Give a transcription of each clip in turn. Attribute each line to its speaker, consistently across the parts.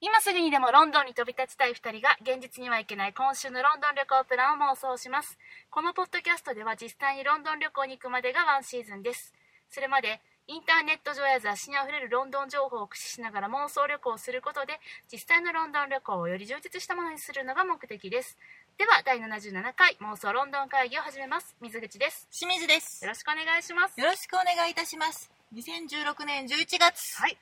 Speaker 1: 今すぐにでもロンドンに飛び立ちたい2人が現実には行けない今週のロンドン旅行プランを妄想しますこのポッドキャストでは実際にロンドン旅行に行くまでがワンシーズンですそれまでインターネット上や雑誌にあふれるロンドン情報を駆使しながら妄想旅行をすることで実際のロンドン旅行をより充実したものにするのが目的ですでは第77回妄想ロンドン会議を始めます水口です
Speaker 2: 清水です
Speaker 1: よ。ろしくお願いします
Speaker 2: よろしくお願いいたします。2016年11月、
Speaker 1: はい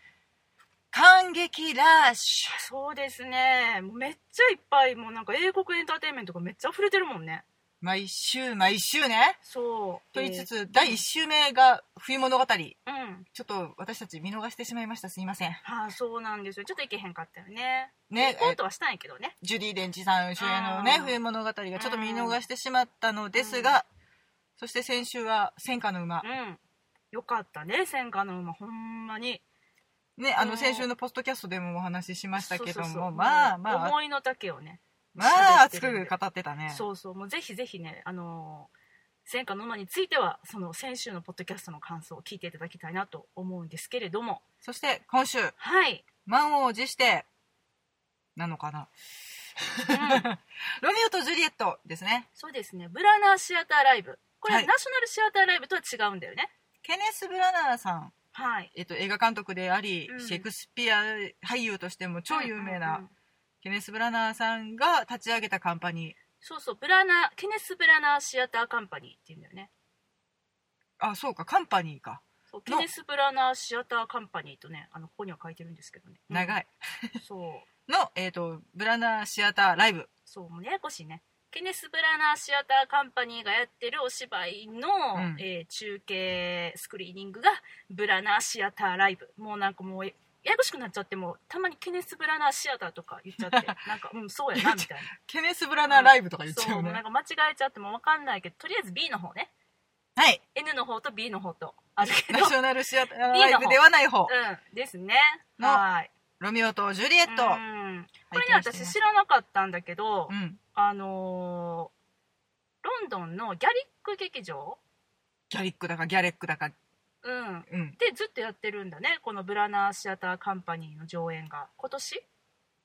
Speaker 2: 感激ラッシュ。
Speaker 1: そうですねもうめっちゃいっぱいもうなんか英国エンターテインメントがめっちゃ溢れてるもんね
Speaker 2: 毎週毎週ね。
Speaker 1: そう
Speaker 2: と言いつつ、第1週目が冬物語。ち
Speaker 1: えーうん
Speaker 2: ょっと私たち見逃してしまいました。すいません。
Speaker 1: はあそうなんですよちょっと行けへんかったよね
Speaker 2: ね、
Speaker 1: コ
Speaker 2: え
Speaker 1: ントはしたんやけどね
Speaker 2: ジュディ・デンチさん主演のね
Speaker 1: うん、
Speaker 2: 冬物語がちょっと見逃してしまったのですが、そして先週は戦火の
Speaker 1: う。
Speaker 2: 馬
Speaker 1: んよかったね戦火の馬ほんまに
Speaker 2: ね、あ
Speaker 1: うん
Speaker 2: の先週のポストキャストでもお話ししましたけ
Speaker 1: そ
Speaker 2: ど
Speaker 1: うそうそう
Speaker 2: も、まあ
Speaker 1: うん
Speaker 2: まあ、
Speaker 1: 思いの丈をね
Speaker 2: まあ
Speaker 1: 喋って
Speaker 2: 熱
Speaker 1: るんで
Speaker 2: く語ってたね。
Speaker 1: そうそうもうぜひぜひねあのー戦火の馬についてはその先週のポッドキャストの感想を聞いていただきたいなと思うんですけれども
Speaker 2: そして今週、
Speaker 1: はい、
Speaker 2: 満を持してなのかな
Speaker 1: うん
Speaker 2: ロミオとジュリエットですね
Speaker 1: そうですねブラナーシアターライブこれは
Speaker 2: はい
Speaker 1: ナショナルシアターライブとは違うんだよね
Speaker 2: ケネス・ブラナーさん、
Speaker 1: はい
Speaker 2: えっと、映画監督であり、
Speaker 1: うん
Speaker 2: シェイクスピア俳優としても超有名な、
Speaker 1: うんうんうん
Speaker 2: ケネス・ブラナーさんが立ち上げたカンパニー
Speaker 1: そうそうブラナケネス・ブラナーシアターカンパニーっていうんだよね
Speaker 2: あそうかカンパニーか
Speaker 1: そうケ
Speaker 2: の
Speaker 1: ネス・ブラナーシアターカンパニーとねあのここには書いてるんですけどねい
Speaker 2: 長い、
Speaker 1: そう
Speaker 2: の、えっと、ブラナーシアターライブ
Speaker 1: そうもうややこしいねケネス・ブラナーシアターカンパニーがやってるお芝居の、
Speaker 2: うん
Speaker 1: えー中継スクリーニングがブラナーシアターライブもうなんかもうややこしくなっちゃってもうたまにケネス・ブラナーシアターとか言っちゃって なんかうんそうやなみたいな
Speaker 2: ケネス・ブラナーライブと か言っち
Speaker 1: そ
Speaker 2: ゃ
Speaker 1: う
Speaker 2: う
Speaker 1: もう
Speaker 2: ね、
Speaker 1: なんか間違えちゃっても分かんないけどとりあえず B の方ね
Speaker 2: はい
Speaker 1: N の方と B の方とある けど
Speaker 2: ナショナルシアターライブではない方
Speaker 1: うんですね
Speaker 2: の
Speaker 1: はい
Speaker 2: ロミオとジュリエット、
Speaker 1: うんこれね
Speaker 2: 拝見して
Speaker 1: 私知らなかったんだけど、
Speaker 2: うん
Speaker 1: あのーロンドンのギャリック劇場、
Speaker 2: ギャリックだかギャレックだか
Speaker 1: うん、
Speaker 2: うん
Speaker 1: でずっとやってるんだねこのブラナーシアターカンパニーの上演が今年、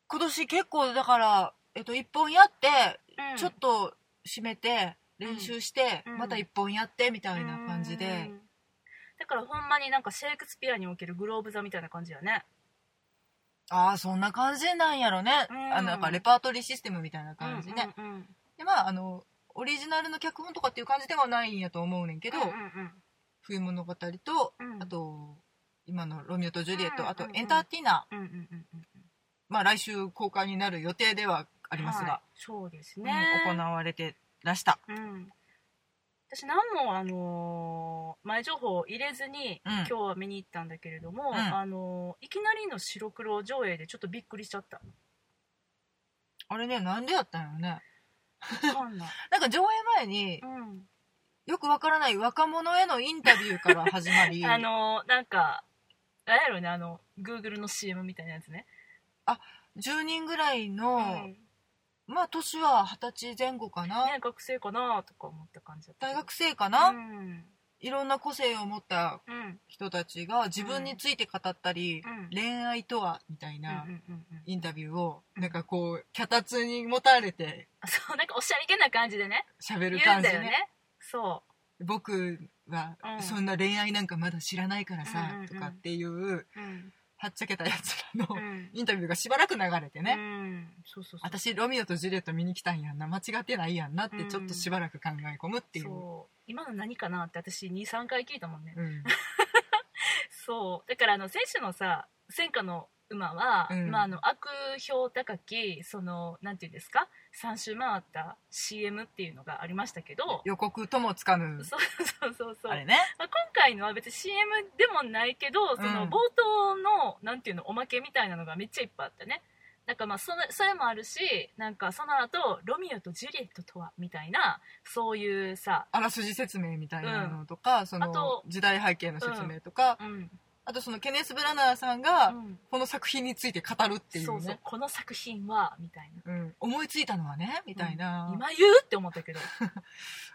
Speaker 2: 今年結構だから、えっと、1本やって
Speaker 1: うん
Speaker 2: ちょっと締めて練習して、
Speaker 1: うん
Speaker 2: また一本やってみたいな感じで、
Speaker 1: うんだからほんまになんかシェイクスピアにおけるグローブ座みたいな感じやね
Speaker 2: ああそんな感じなんやろね、
Speaker 1: うん
Speaker 2: あのなんかレパートリーシステムみたいな感じで、
Speaker 1: うんうんうん
Speaker 2: でまああのオリジナルの脚本とかっていう感じではないんやと思うねんけど、
Speaker 1: うんうん
Speaker 2: 冬物語と、
Speaker 1: うんうん
Speaker 2: あと今の「ロミオとジュリエット」
Speaker 1: うん
Speaker 2: あと
Speaker 1: うんう
Speaker 2: 「
Speaker 1: ん
Speaker 2: エンターテイナー
Speaker 1: うんうんうんうん」
Speaker 2: まあ来週公開になる予定ではありますが、
Speaker 1: はいそうですね、
Speaker 2: うん行われてらした、
Speaker 1: うん、私何も、あのー前情報を入れずに
Speaker 2: うん
Speaker 1: 今日は見に行ったんだけれども、
Speaker 2: うん
Speaker 1: あのーいきなりの白黒上映でちょっとびっくりしちゃった
Speaker 2: あれねなんでやったんやろね
Speaker 1: 分かんない、
Speaker 2: なんか上映前に
Speaker 1: う
Speaker 2: よくわからない若者へのインタビューから始まり
Speaker 1: ん、 あのーなんかあれやろねあの Google の CM みたいなやつね、
Speaker 2: 10人ぐらいうの、
Speaker 1: ん
Speaker 2: まあ年は二十歳前後かな、
Speaker 1: ね、学生かなとか思った感じだった
Speaker 2: 大
Speaker 1: けど
Speaker 2: 学生かな、
Speaker 1: うん
Speaker 2: いろんな個性を持った
Speaker 1: うんうん
Speaker 2: 人たちが自分について語ったり、
Speaker 1: うん
Speaker 2: 恋愛とはみたい
Speaker 1: うん
Speaker 2: な
Speaker 1: うんうんうん
Speaker 2: インタビューをなんかこう脚立に持たれて
Speaker 1: そうなんかおしゃれげな感じでね
Speaker 2: 喋
Speaker 1: 言
Speaker 2: る
Speaker 1: うん
Speaker 2: 感じ
Speaker 1: だ
Speaker 2: ね
Speaker 1: よねそ
Speaker 2: 僕は
Speaker 1: うん
Speaker 2: そんな恋愛なんかまだ知らないからさ、
Speaker 1: うんうんうん
Speaker 2: とかっていう
Speaker 1: う、うん
Speaker 2: はっちゃけたやつらの、
Speaker 1: うん
Speaker 2: インタビューがしばらく流れてね、
Speaker 1: うん、そうそうそう
Speaker 2: 私ロミオとジュリエット見に来たんやんな間違ってないやんなってちょっとしばらく考え込むっていう,、
Speaker 1: そう今の何かなって私23回聞いたもんね、
Speaker 2: うん
Speaker 1: そうだからあの選手のさ戦火の馬は、
Speaker 2: うん
Speaker 1: まあ、あの悪評高きそのなんていうんですか3周回った CM っていうのがありましたけど、
Speaker 2: 予告ともつかぬ
Speaker 1: そうそうそうそう、
Speaker 2: あれね
Speaker 1: まあ、今回のは別に CM でもないけどその
Speaker 2: うん
Speaker 1: 冒頭の、なんていうのおまけみたいなのがめっちゃいっぱいあったねなんかまあそれそれもあるしなんかその後ロミオとジュリエットとは」みたいなそういうさ、
Speaker 2: あらすじ説明みたいなのとか、そ
Speaker 1: あ
Speaker 2: の
Speaker 1: と
Speaker 2: 時代背景の説明とか、
Speaker 1: うん
Speaker 2: あとそのケネス・ブラナーさんが
Speaker 1: うん、
Speaker 2: この作品について語るっていうね
Speaker 1: そうそうこの作品はみたいな
Speaker 2: うん、思いついたのはねみたいな、
Speaker 1: 今言うって思ったけど、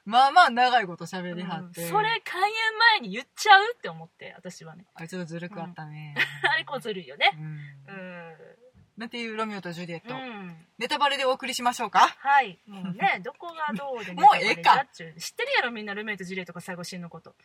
Speaker 2: まあまあ長いこと
Speaker 1: う
Speaker 2: 喋
Speaker 1: ん
Speaker 2: りはって、
Speaker 1: それ開演前に言っちゃうって思って私はね
Speaker 2: あれちょっとずるくあったね、
Speaker 1: あれこうずるいよね
Speaker 2: うん
Speaker 1: うん
Speaker 2: でなんていうロミオとジュリエッ
Speaker 1: う
Speaker 2: ト、
Speaker 1: ん
Speaker 2: ネタバレでお送りしましょうか
Speaker 1: はいもうね どこがどうで
Speaker 2: もうええか
Speaker 1: ネタバレだっちゅう知ってるやろみんなルメイとジュリエットが最後死ぬこと、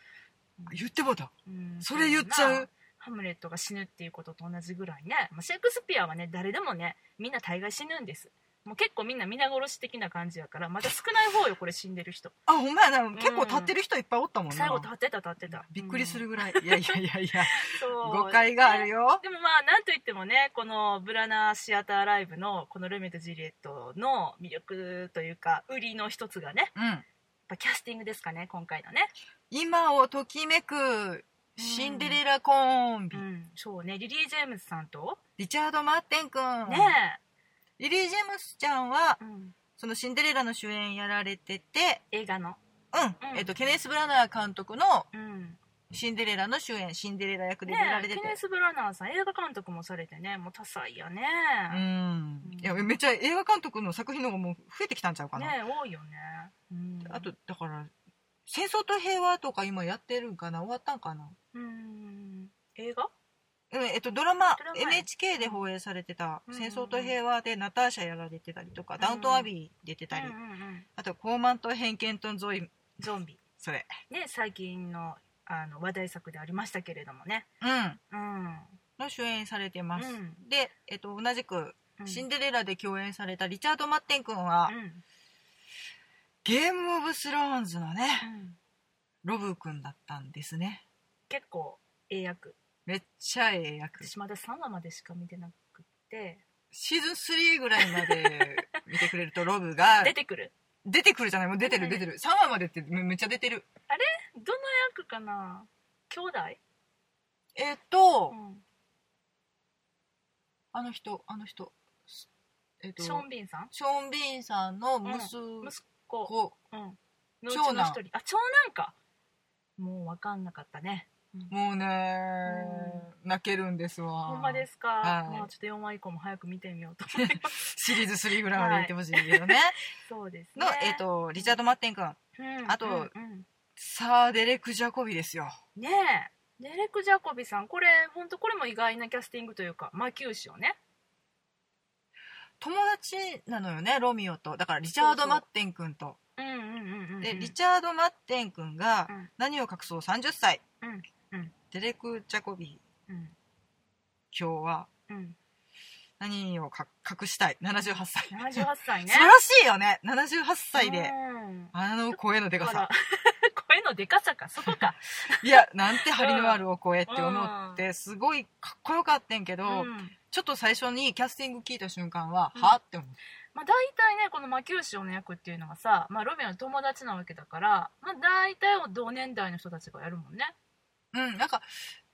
Speaker 2: 言ってもうた
Speaker 1: うん
Speaker 2: それ言っちゃう
Speaker 1: ハムレットが死ぬっていうことと同じぐらいね、まあ、シェイクスピアはね誰でもねみんな大概死ぬんですもう結構みんな皆殺し的な感じやからまだ少ない方よこれ死んでる人
Speaker 2: あほんまやな結構立ってる人いっぱいおったもんな
Speaker 1: 最後立ってた立ってた
Speaker 2: びっくりす
Speaker 1: うん
Speaker 2: るぐらい、いやいやいやいや
Speaker 1: そう
Speaker 2: 誤解があるよ、
Speaker 1: でもまあなんといってもねこのブラナーシアターライブのこのルメとジュリエットの魅力というか売りの一つがねやっ
Speaker 2: うん、
Speaker 1: ぱキャスティングですかね今回のね、
Speaker 2: 今をときめくシンデレラコンビ、
Speaker 1: うん、そうねリリー・ジェームズさんと、
Speaker 2: リチャード・マーテン君、
Speaker 1: ね
Speaker 2: リリー・ジェームスちゃんは
Speaker 1: え、うん
Speaker 2: そのシンデレラの主演やられてて、
Speaker 1: 映画の、
Speaker 2: うん
Speaker 1: うん
Speaker 2: えっと、ケネス・ブラナー監督の
Speaker 1: うん
Speaker 2: シンデレラの主演シンデレラ役で
Speaker 1: ね
Speaker 2: 出ら
Speaker 1: え
Speaker 2: れて
Speaker 1: ケ
Speaker 2: て、
Speaker 1: ネス・ブラナーさん映画監督もされてねもう多彩やね
Speaker 2: うんいやめっちゃ映画監督の作品の方がもう増えてきたんちゃうかな、
Speaker 1: ねえ多いよね、うん、
Speaker 2: あとだから「戦争と平和」とか今やってるんかな終わったんかな、
Speaker 1: うん映画
Speaker 2: うんえっと、ドラマ
Speaker 1: ドラマ
Speaker 2: NHK で放映されてた「
Speaker 1: うん
Speaker 2: 戦争と平和」でナターシャやられてたりとか、ダウントンアビー出てたり、
Speaker 1: うんうんうん
Speaker 2: あと「高慢と偏見とゾイ
Speaker 1: ゾンビ」
Speaker 2: それ
Speaker 1: ね最近のあの話題作でありましたけれどもね
Speaker 2: うん
Speaker 1: うん
Speaker 2: の主演されてます、
Speaker 1: うん
Speaker 2: で、えっと、同じく
Speaker 1: う
Speaker 2: 「
Speaker 1: ん
Speaker 2: シンデレラ」で共演されたリチャード・マッテン君は、
Speaker 1: うん
Speaker 2: ゲーム・オブ・スローンズの
Speaker 1: う
Speaker 2: ね
Speaker 1: ん
Speaker 2: ロブ君だったんですね
Speaker 1: 結構英訳
Speaker 2: めっちゃええ役
Speaker 1: 私まだ3話までしか見てなくて
Speaker 2: シーズン3ぐらいまで見てくれるとロブ が
Speaker 1: 出てくる
Speaker 2: 出てくるじゃないもう出てる出てる3話までってめめっちゃ出てる
Speaker 1: どの役かな兄弟、
Speaker 2: えっ、と、
Speaker 1: うん
Speaker 2: あの人あの人すえっ、と
Speaker 1: ショーン・ビンさん
Speaker 2: ショーン・ビーンさんの息
Speaker 1: 息子、
Speaker 2: 子
Speaker 1: うん、のうちの一
Speaker 2: 長男
Speaker 1: 人あ長男かもう分かんなかったね
Speaker 2: もうね泣けるんですわ
Speaker 1: ほんまですすか、
Speaker 2: はい
Speaker 1: まあ、ちょっと4話以降も早く見てみようと思います
Speaker 2: シリーズ3ぐらいまで行ってほしいけどね、
Speaker 1: そうですね
Speaker 2: の、えっ、とリチャード・マッテン君
Speaker 1: うん
Speaker 2: あと
Speaker 1: うんうん
Speaker 2: さあデレク・ジャコビですよ
Speaker 1: ねえデレク・ジャコビさんこれ本当これも意外なキャスティングというか魔球師をね
Speaker 2: 友達なのよねロミオとだからリチャー
Speaker 1: そうそ
Speaker 2: ド・
Speaker 1: う
Speaker 2: マッテン君と
Speaker 1: うんうんうんうんうん
Speaker 2: でリチャード・マッテン君が
Speaker 1: うん
Speaker 2: 何を隠そう30歳、
Speaker 1: うんうん
Speaker 2: デレク・ジャコビ
Speaker 1: うん
Speaker 2: 今日は
Speaker 1: うん
Speaker 2: 何をか隠したい78歳、
Speaker 1: 78歳ね
Speaker 2: 素晴らしいよね78歳で
Speaker 1: うん
Speaker 2: あの声ので
Speaker 1: だ
Speaker 2: か
Speaker 1: から
Speaker 2: さ
Speaker 1: 声のでかさかそこ か
Speaker 2: いやなんて張りのあるお声って思って、すごいかっこよかったんけど、
Speaker 1: うん
Speaker 2: ちょっと最初にキャスティング聞いた瞬間は、
Speaker 1: うん
Speaker 2: はあって思う
Speaker 1: まあ、大体ねこの魔球師の役っていうのはさ、まあ、ロミオの友達なわけだから、まあ、大体は同年代の人たちがやるもんね
Speaker 2: うんなんか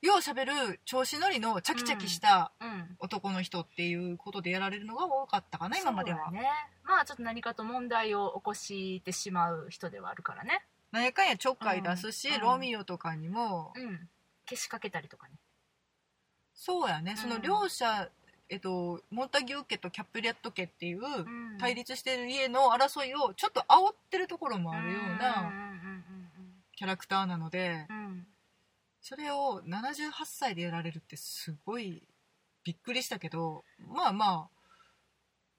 Speaker 2: ようしゃべる調子乗りのチャキチャキした
Speaker 1: うん
Speaker 2: 男の人っていうことでやられるのが多かったかな今まで
Speaker 1: そ
Speaker 2: は、
Speaker 1: うだねまあちょっと何かと問題を起こしてしまう人ではあるからね
Speaker 2: なんやかんやちょっかい出すし、
Speaker 1: うん
Speaker 2: ロミオとかにも、
Speaker 1: うん消しかけたりとかね
Speaker 2: そうやねその
Speaker 1: うん
Speaker 2: 両者、えっと、モンタギュー家とキャプリャット家っていう
Speaker 1: うん
Speaker 2: 対立してる家の争いをちょっと煽ってるところもあるようなキャラクターなので
Speaker 1: うんうんうんうんうん
Speaker 2: それを78歳でやられるってすごいびっくりしたけどまあまあ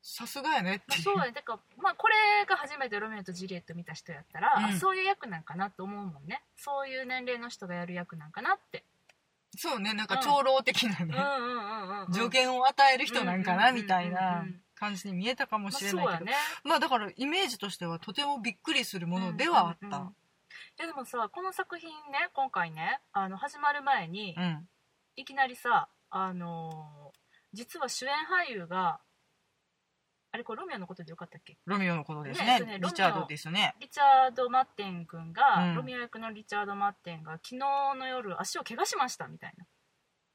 Speaker 2: さすがやねっ
Speaker 1: まあ、
Speaker 2: ていう
Speaker 1: そうだねだから、まあ、これが初めてロミオとジュリエット見た人やったら、
Speaker 2: うん
Speaker 1: あそういう役なんかなと思うもんねそういう年齢の人がやる役なんかなって
Speaker 2: そうねなんか長老的な
Speaker 1: うん
Speaker 2: ね
Speaker 1: う、んうんうんうん
Speaker 2: 助言を与える人なんかな
Speaker 1: うんうんうんうん
Speaker 2: みたいな感じに見えたかも
Speaker 1: まあ
Speaker 2: し
Speaker 1: そ
Speaker 2: れ
Speaker 1: う
Speaker 2: ない
Speaker 1: や
Speaker 2: けど
Speaker 1: ね
Speaker 2: まあだからイメージとしてはとてもびっくりするものではあった。
Speaker 1: うんうんうんいやでもさこの作品ね今回ねあの始まる前に、
Speaker 2: うん
Speaker 1: いきなりさあのー実は主演俳優があれこれロミオのことでよかったっけ
Speaker 2: ロミオのことです
Speaker 1: ね
Speaker 2: ね。
Speaker 1: そうね
Speaker 2: リチャードですね。
Speaker 1: リチャード・マッテン君が、
Speaker 2: うん
Speaker 1: ロミオ役のリチャード・マッテンが昨日の夜足を怪我しましたみたいな。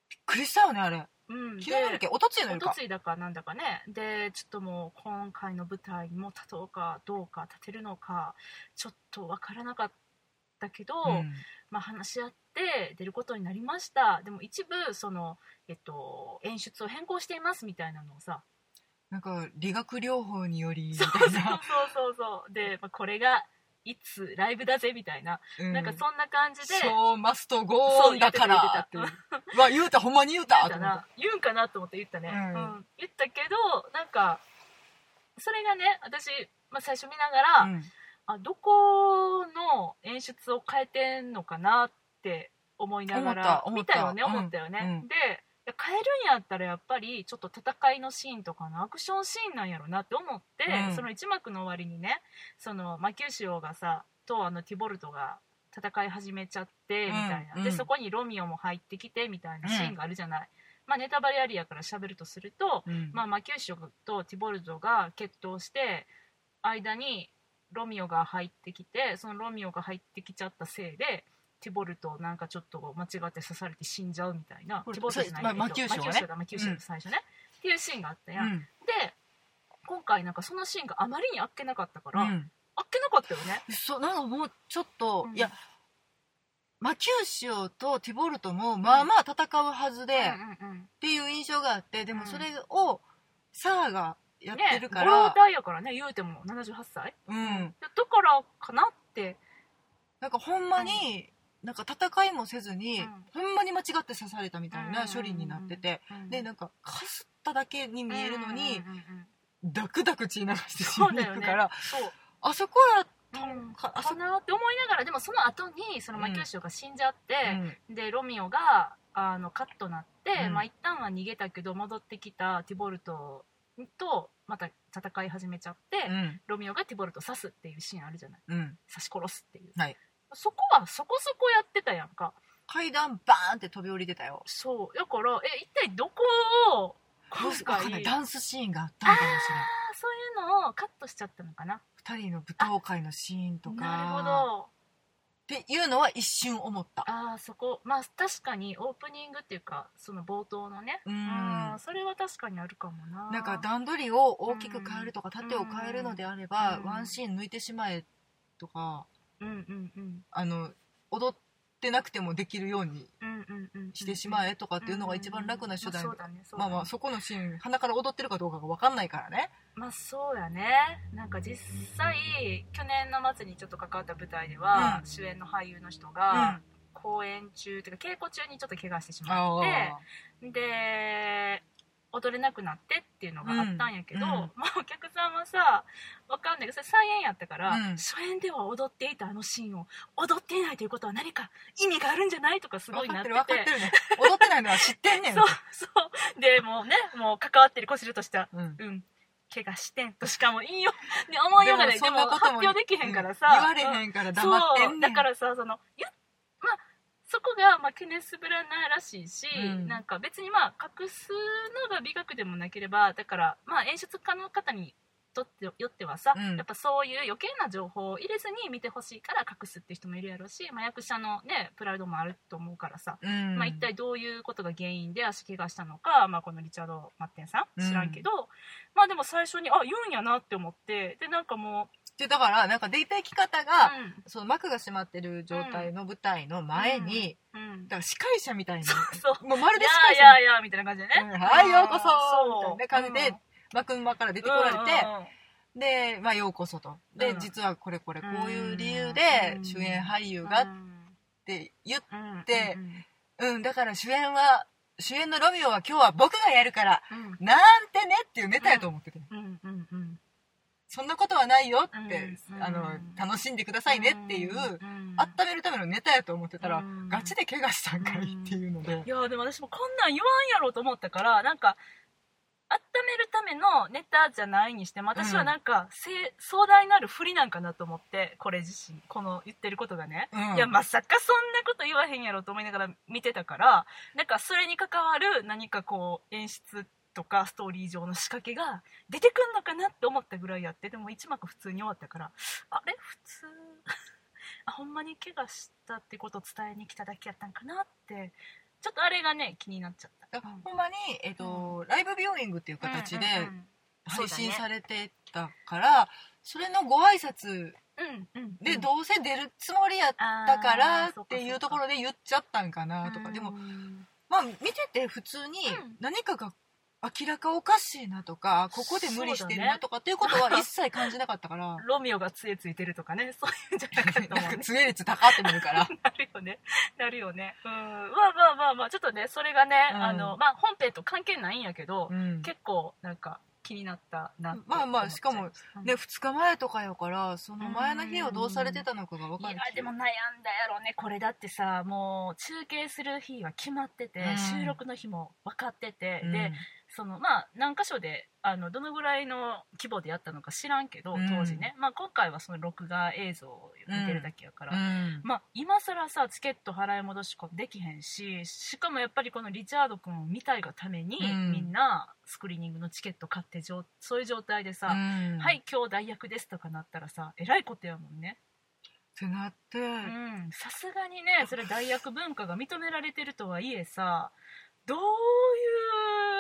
Speaker 2: びっくりしたよね、あれ。
Speaker 1: うん、
Speaker 2: 昨日の夜
Speaker 1: で
Speaker 2: け、おとつい
Speaker 1: お
Speaker 2: の夜
Speaker 1: と
Speaker 2: か。
Speaker 1: ついだかなんだかねでちょっともう今回の舞台にも立とうかどうか立てるのかちょっとわからなかったけど、
Speaker 2: うん
Speaker 1: まあ、話し合って出ることになりましたでも一部その、えっと、演出を変更していますみたいなのを さ
Speaker 2: なんか、理学療法により、み
Speaker 1: そう
Speaker 2: た
Speaker 1: そう
Speaker 2: い
Speaker 1: そう
Speaker 2: な。
Speaker 1: そうそうで、まあ、これがいつライブだぜみたいな、
Speaker 2: うん
Speaker 1: なんかそんな感じで
Speaker 2: そうマストゴーンだからって
Speaker 1: そう言って
Speaker 2: うわ言うたほんまに言うた
Speaker 1: 言
Speaker 2: と
Speaker 1: う
Speaker 2: 思った
Speaker 1: な言うんかなと思って言ったね、
Speaker 2: う
Speaker 1: うんん言ったけどなんかそれがね私、まあ、最初見ながら、
Speaker 2: うん
Speaker 1: あどこの演出を変えてんのかなって思いながら
Speaker 2: 思
Speaker 1: 見
Speaker 2: った
Speaker 1: た
Speaker 2: 思
Speaker 1: よ
Speaker 2: った
Speaker 1: ね
Speaker 2: うん
Speaker 1: 思ったよね、
Speaker 2: うん
Speaker 1: でいや変えるんやったらやっぱりちょっと戦いのシーンとかのアクションシーンなんやろなって思って、
Speaker 2: うん
Speaker 1: その一幕の終わりにねその魔球師王がさとあのティボルトが戦い始めちゃってみたいな、
Speaker 2: うんう
Speaker 1: で
Speaker 2: ん
Speaker 1: そこにロミオも入ってきてみたいなシーンがあるじゃない、まあネタバレありやから喋るとすると、
Speaker 2: うん
Speaker 1: まあ、マキューシオとティボルドが決闘して間にロミオが入ってきてそのロミオが入ってきちゃったせいでティボルトなんかちょっと間違って刺されて死んじゃうみたいな
Speaker 2: これ
Speaker 1: ティボルトじゃないんだけど
Speaker 2: まあマキューシオがね
Speaker 1: マキューシオがマキューシオの最初ね、っていうシーンがあったやん、
Speaker 2: うん
Speaker 1: で今回なんかそのシーンがあまりにあっけなかったから、
Speaker 2: う
Speaker 1: あっ
Speaker 2: ん
Speaker 1: けなかったよね
Speaker 2: そうなんかもうちょっと、
Speaker 1: うん
Speaker 2: いやマキューシオとティボルトもまあまあ戦うはずで、
Speaker 1: うん
Speaker 2: っ
Speaker 1: うんうん
Speaker 2: ていう印象があってで
Speaker 1: う
Speaker 2: も
Speaker 1: ん
Speaker 2: それをサーがやって
Speaker 1: ね
Speaker 2: る
Speaker 1: え
Speaker 2: か
Speaker 1: 老
Speaker 2: ら、
Speaker 1: 体やからね言うても78歳
Speaker 2: うん
Speaker 1: だからかなって
Speaker 2: なんかほんまに、なんか戦いもせずに、
Speaker 1: う
Speaker 2: ほんまに間違って刺されたみたいな
Speaker 1: うん
Speaker 2: 処理になってて、でなんかかすっただけに見えるのに、
Speaker 1: うんうんうんうん
Speaker 2: ダクダク血流して死
Speaker 1: そうんだ
Speaker 2: でい
Speaker 1: よ
Speaker 2: く
Speaker 1: ね
Speaker 2: から、
Speaker 1: そう
Speaker 2: あそこやったんか、あそ
Speaker 1: かなって思いながらでもその後にそのマキューシオが死んじゃって、
Speaker 2: うん
Speaker 1: でロミオがあのカッとなって、
Speaker 2: うん
Speaker 1: まあ一旦は逃げたけど戻ってきたティボルトとまた戦い始めちゃって、
Speaker 2: うん
Speaker 1: ロミオがティボルト刺すっていうシーンあるじゃない
Speaker 2: うん、
Speaker 1: 刺し殺すっていう、
Speaker 2: はい
Speaker 1: そこはそこそこやってたやんか
Speaker 2: 階段バーンって飛び降りてたよ
Speaker 1: そうだからえ一体どこを今
Speaker 2: わ
Speaker 1: 回
Speaker 2: か
Speaker 1: あそ
Speaker 2: ん
Speaker 1: う
Speaker 2: ない
Speaker 1: いう
Speaker 2: ダンスシーンがあったのかもしれない
Speaker 1: のをカットしちゃったのかな
Speaker 2: 二人の舞踏会のシーンとか
Speaker 1: なるほど
Speaker 2: っていうのは一瞬思った
Speaker 1: ああそこまあ確かにオープニングっていうかその冒頭のね
Speaker 2: うん
Speaker 1: あーそれは確かにあるかもな
Speaker 2: なんか段取りを大きく変えるとか縦を変えるのであれば、
Speaker 1: うん
Speaker 2: ワンシーン抜いてしまえとか
Speaker 1: うんうんうん
Speaker 2: あの踊ってなくてもできるように
Speaker 1: うんうんうん
Speaker 2: してしま
Speaker 1: え
Speaker 2: えとかっていうのが一番楽な手段、
Speaker 1: まあ、そうだねそうだ
Speaker 2: まあ
Speaker 1: ね
Speaker 2: まあそこのシーン鼻から踊ってるかどうかが分かんないからね
Speaker 1: まあそうやねなんか実際去年の末にちょっと関わった舞台では、
Speaker 2: うん
Speaker 1: 主演の俳優の人
Speaker 2: う
Speaker 1: が
Speaker 2: ん
Speaker 1: 公演中っていうか稽古中にちょっと怪我してしま
Speaker 2: あ
Speaker 1: ってで踊れなくなってっていうのがあったんやけど、
Speaker 2: うんうん
Speaker 1: まあ、お客さんはさわかんないけどそれ再演やったから、
Speaker 2: うん
Speaker 1: 初演では踊っていたあのシーンを踊っていないということは何か意味があるんじゃないとかす
Speaker 2: ー
Speaker 1: ご
Speaker 2: 分
Speaker 1: い
Speaker 2: か
Speaker 1: な
Speaker 2: っ
Speaker 1: っててて
Speaker 2: る分かってるね踊ってないのは知ってんねん
Speaker 1: そうそうでもうねもう関わってるこしるとした
Speaker 2: うん
Speaker 1: うん怪我してんとしかもいいよ、ね、思いようがないでも発表できへんからさ、
Speaker 2: うん言われへん から黙ってんね
Speaker 1: そ
Speaker 2: ん
Speaker 1: うだからさそのゆまあそこが、まあ、ケネス・ブラナーらしいし、
Speaker 2: うん
Speaker 1: なんか別にまあ隠すのが美学でもなければだから、まあ、演出家の方にとってよってはさ、
Speaker 2: うん
Speaker 1: やっぱそういう余計な情報を入れずに見てほしいから隠すって人もいるやろうし、まあ、役者の、ね、プライドもあると思うからさ、
Speaker 2: うん
Speaker 1: まあ、一体どういうことが原因で足怪我したのか、まあ、このリチャード・マッテンさ
Speaker 2: うん
Speaker 1: ん知らんけど、まあでも最初にあ言うんやなって思ってでなんかも
Speaker 2: でだからなんか出た行き方
Speaker 1: う、
Speaker 2: が、その幕が閉まってる状態の舞台の前に、
Speaker 1: うんうん、
Speaker 2: だから司会者みたいな
Speaker 1: そう
Speaker 2: もうまる
Speaker 1: い
Speaker 2: で
Speaker 1: や
Speaker 2: 司
Speaker 1: い
Speaker 2: 会者
Speaker 1: やいやみたいな感じでね、
Speaker 2: うんはいようこそ
Speaker 1: そう
Speaker 2: みたいな感じで幕の間から出てこられて、で、まあ、ようこそとで、
Speaker 1: うん
Speaker 2: 実はこれこれこういう理由で
Speaker 1: うん
Speaker 2: 主演俳優がって言っ
Speaker 1: うんうん
Speaker 2: でうん、だから主演は主演のロミオは今日は僕がやるから
Speaker 1: うん
Speaker 2: なんてねっていうネタやと思ってて、
Speaker 1: うんうんうん
Speaker 2: そんなことはないよって、
Speaker 1: うん
Speaker 2: あの楽しんでくださいねっていう、
Speaker 1: ん
Speaker 2: 温めるためのネタやと思ってたら、
Speaker 1: うん
Speaker 2: ガチで怪我したんかいっていうので、
Speaker 1: いやでも私もこんなん言わんやろうと思ったからなんか温めるためのネタじゃないにしても私はなんか、せ壮大なる振りなんかなと思ってこれ自身この言ってることがね、
Speaker 2: うん
Speaker 1: いやまさかそんなこと言わへんやろと思いながら見てたからなんかそれに関わる何かこう演出とかストーリー上の仕掛けが出てくんのかなって思ったぐらいやってでも一幕普通に終わったからあれ普通 あほんまに怪我したってことを伝えに来ただけやったんかなってちょっとあれがね気になっちゃった、
Speaker 2: だからほんまに、えっとライブビューイングっていう形で
Speaker 1: うんうん
Speaker 2: 配信
Speaker 1: そうだね
Speaker 2: されてたから、それのご挨拶
Speaker 1: うんうんうん
Speaker 2: でどうせ出るつもりやっ
Speaker 1: あー
Speaker 2: たからっ
Speaker 1: そうか
Speaker 2: ていうとこ
Speaker 1: そう
Speaker 2: ろで言っちゃったんか
Speaker 1: か
Speaker 2: なとかで
Speaker 1: う
Speaker 2: も
Speaker 1: ん
Speaker 2: まあ見てて普通に
Speaker 1: うん
Speaker 2: 何かが明らかおかしいなとかここで無理してるなとかっていうことは一切感じなかっ たから、
Speaker 1: ロミオが杖ついてるとかねそういうんじゃなかった
Speaker 2: な
Speaker 1: も
Speaker 2: ん
Speaker 1: ん
Speaker 2: か
Speaker 1: ね
Speaker 2: 杖率高ってなるか ら
Speaker 1: なるよね。なるよね。うん。まあまあまあまあ、ちょっとね、それがね、
Speaker 2: うん
Speaker 1: あの、まあ本編と関係ないんやけど、
Speaker 2: うん
Speaker 1: 結構なんか気になったなって
Speaker 2: まあまあ
Speaker 1: 思っちゃい
Speaker 2: しかも
Speaker 1: すうん
Speaker 2: ね2日前とかやからその前の日をどうされてたのかが分
Speaker 1: い
Speaker 2: か
Speaker 1: や
Speaker 2: る
Speaker 1: でも悩んだやろねこれだってさもう中継する日は決まってて、
Speaker 2: うん
Speaker 1: 収録の日も分かってて、
Speaker 2: うん
Speaker 1: でそのまあ何箇所であのどのぐらいの規模でやったのか知らんけど
Speaker 2: うん
Speaker 1: 当時ね、まあ、今回はその録画映像を見てるだけやから、
Speaker 2: うん
Speaker 1: まあ、今更さチケット払い戻しできへんししかもやっぱりこのリチャード君を見たいがために、
Speaker 2: うん
Speaker 1: みんなスクリーニングのチケット買ってじょうそういう状態でさ、
Speaker 2: うん
Speaker 1: はい今日代役ですとかなったらさえらいことやもんね
Speaker 2: ってなって、
Speaker 1: うんさすがにねそれ代役文化が認められてるとはいえさどうい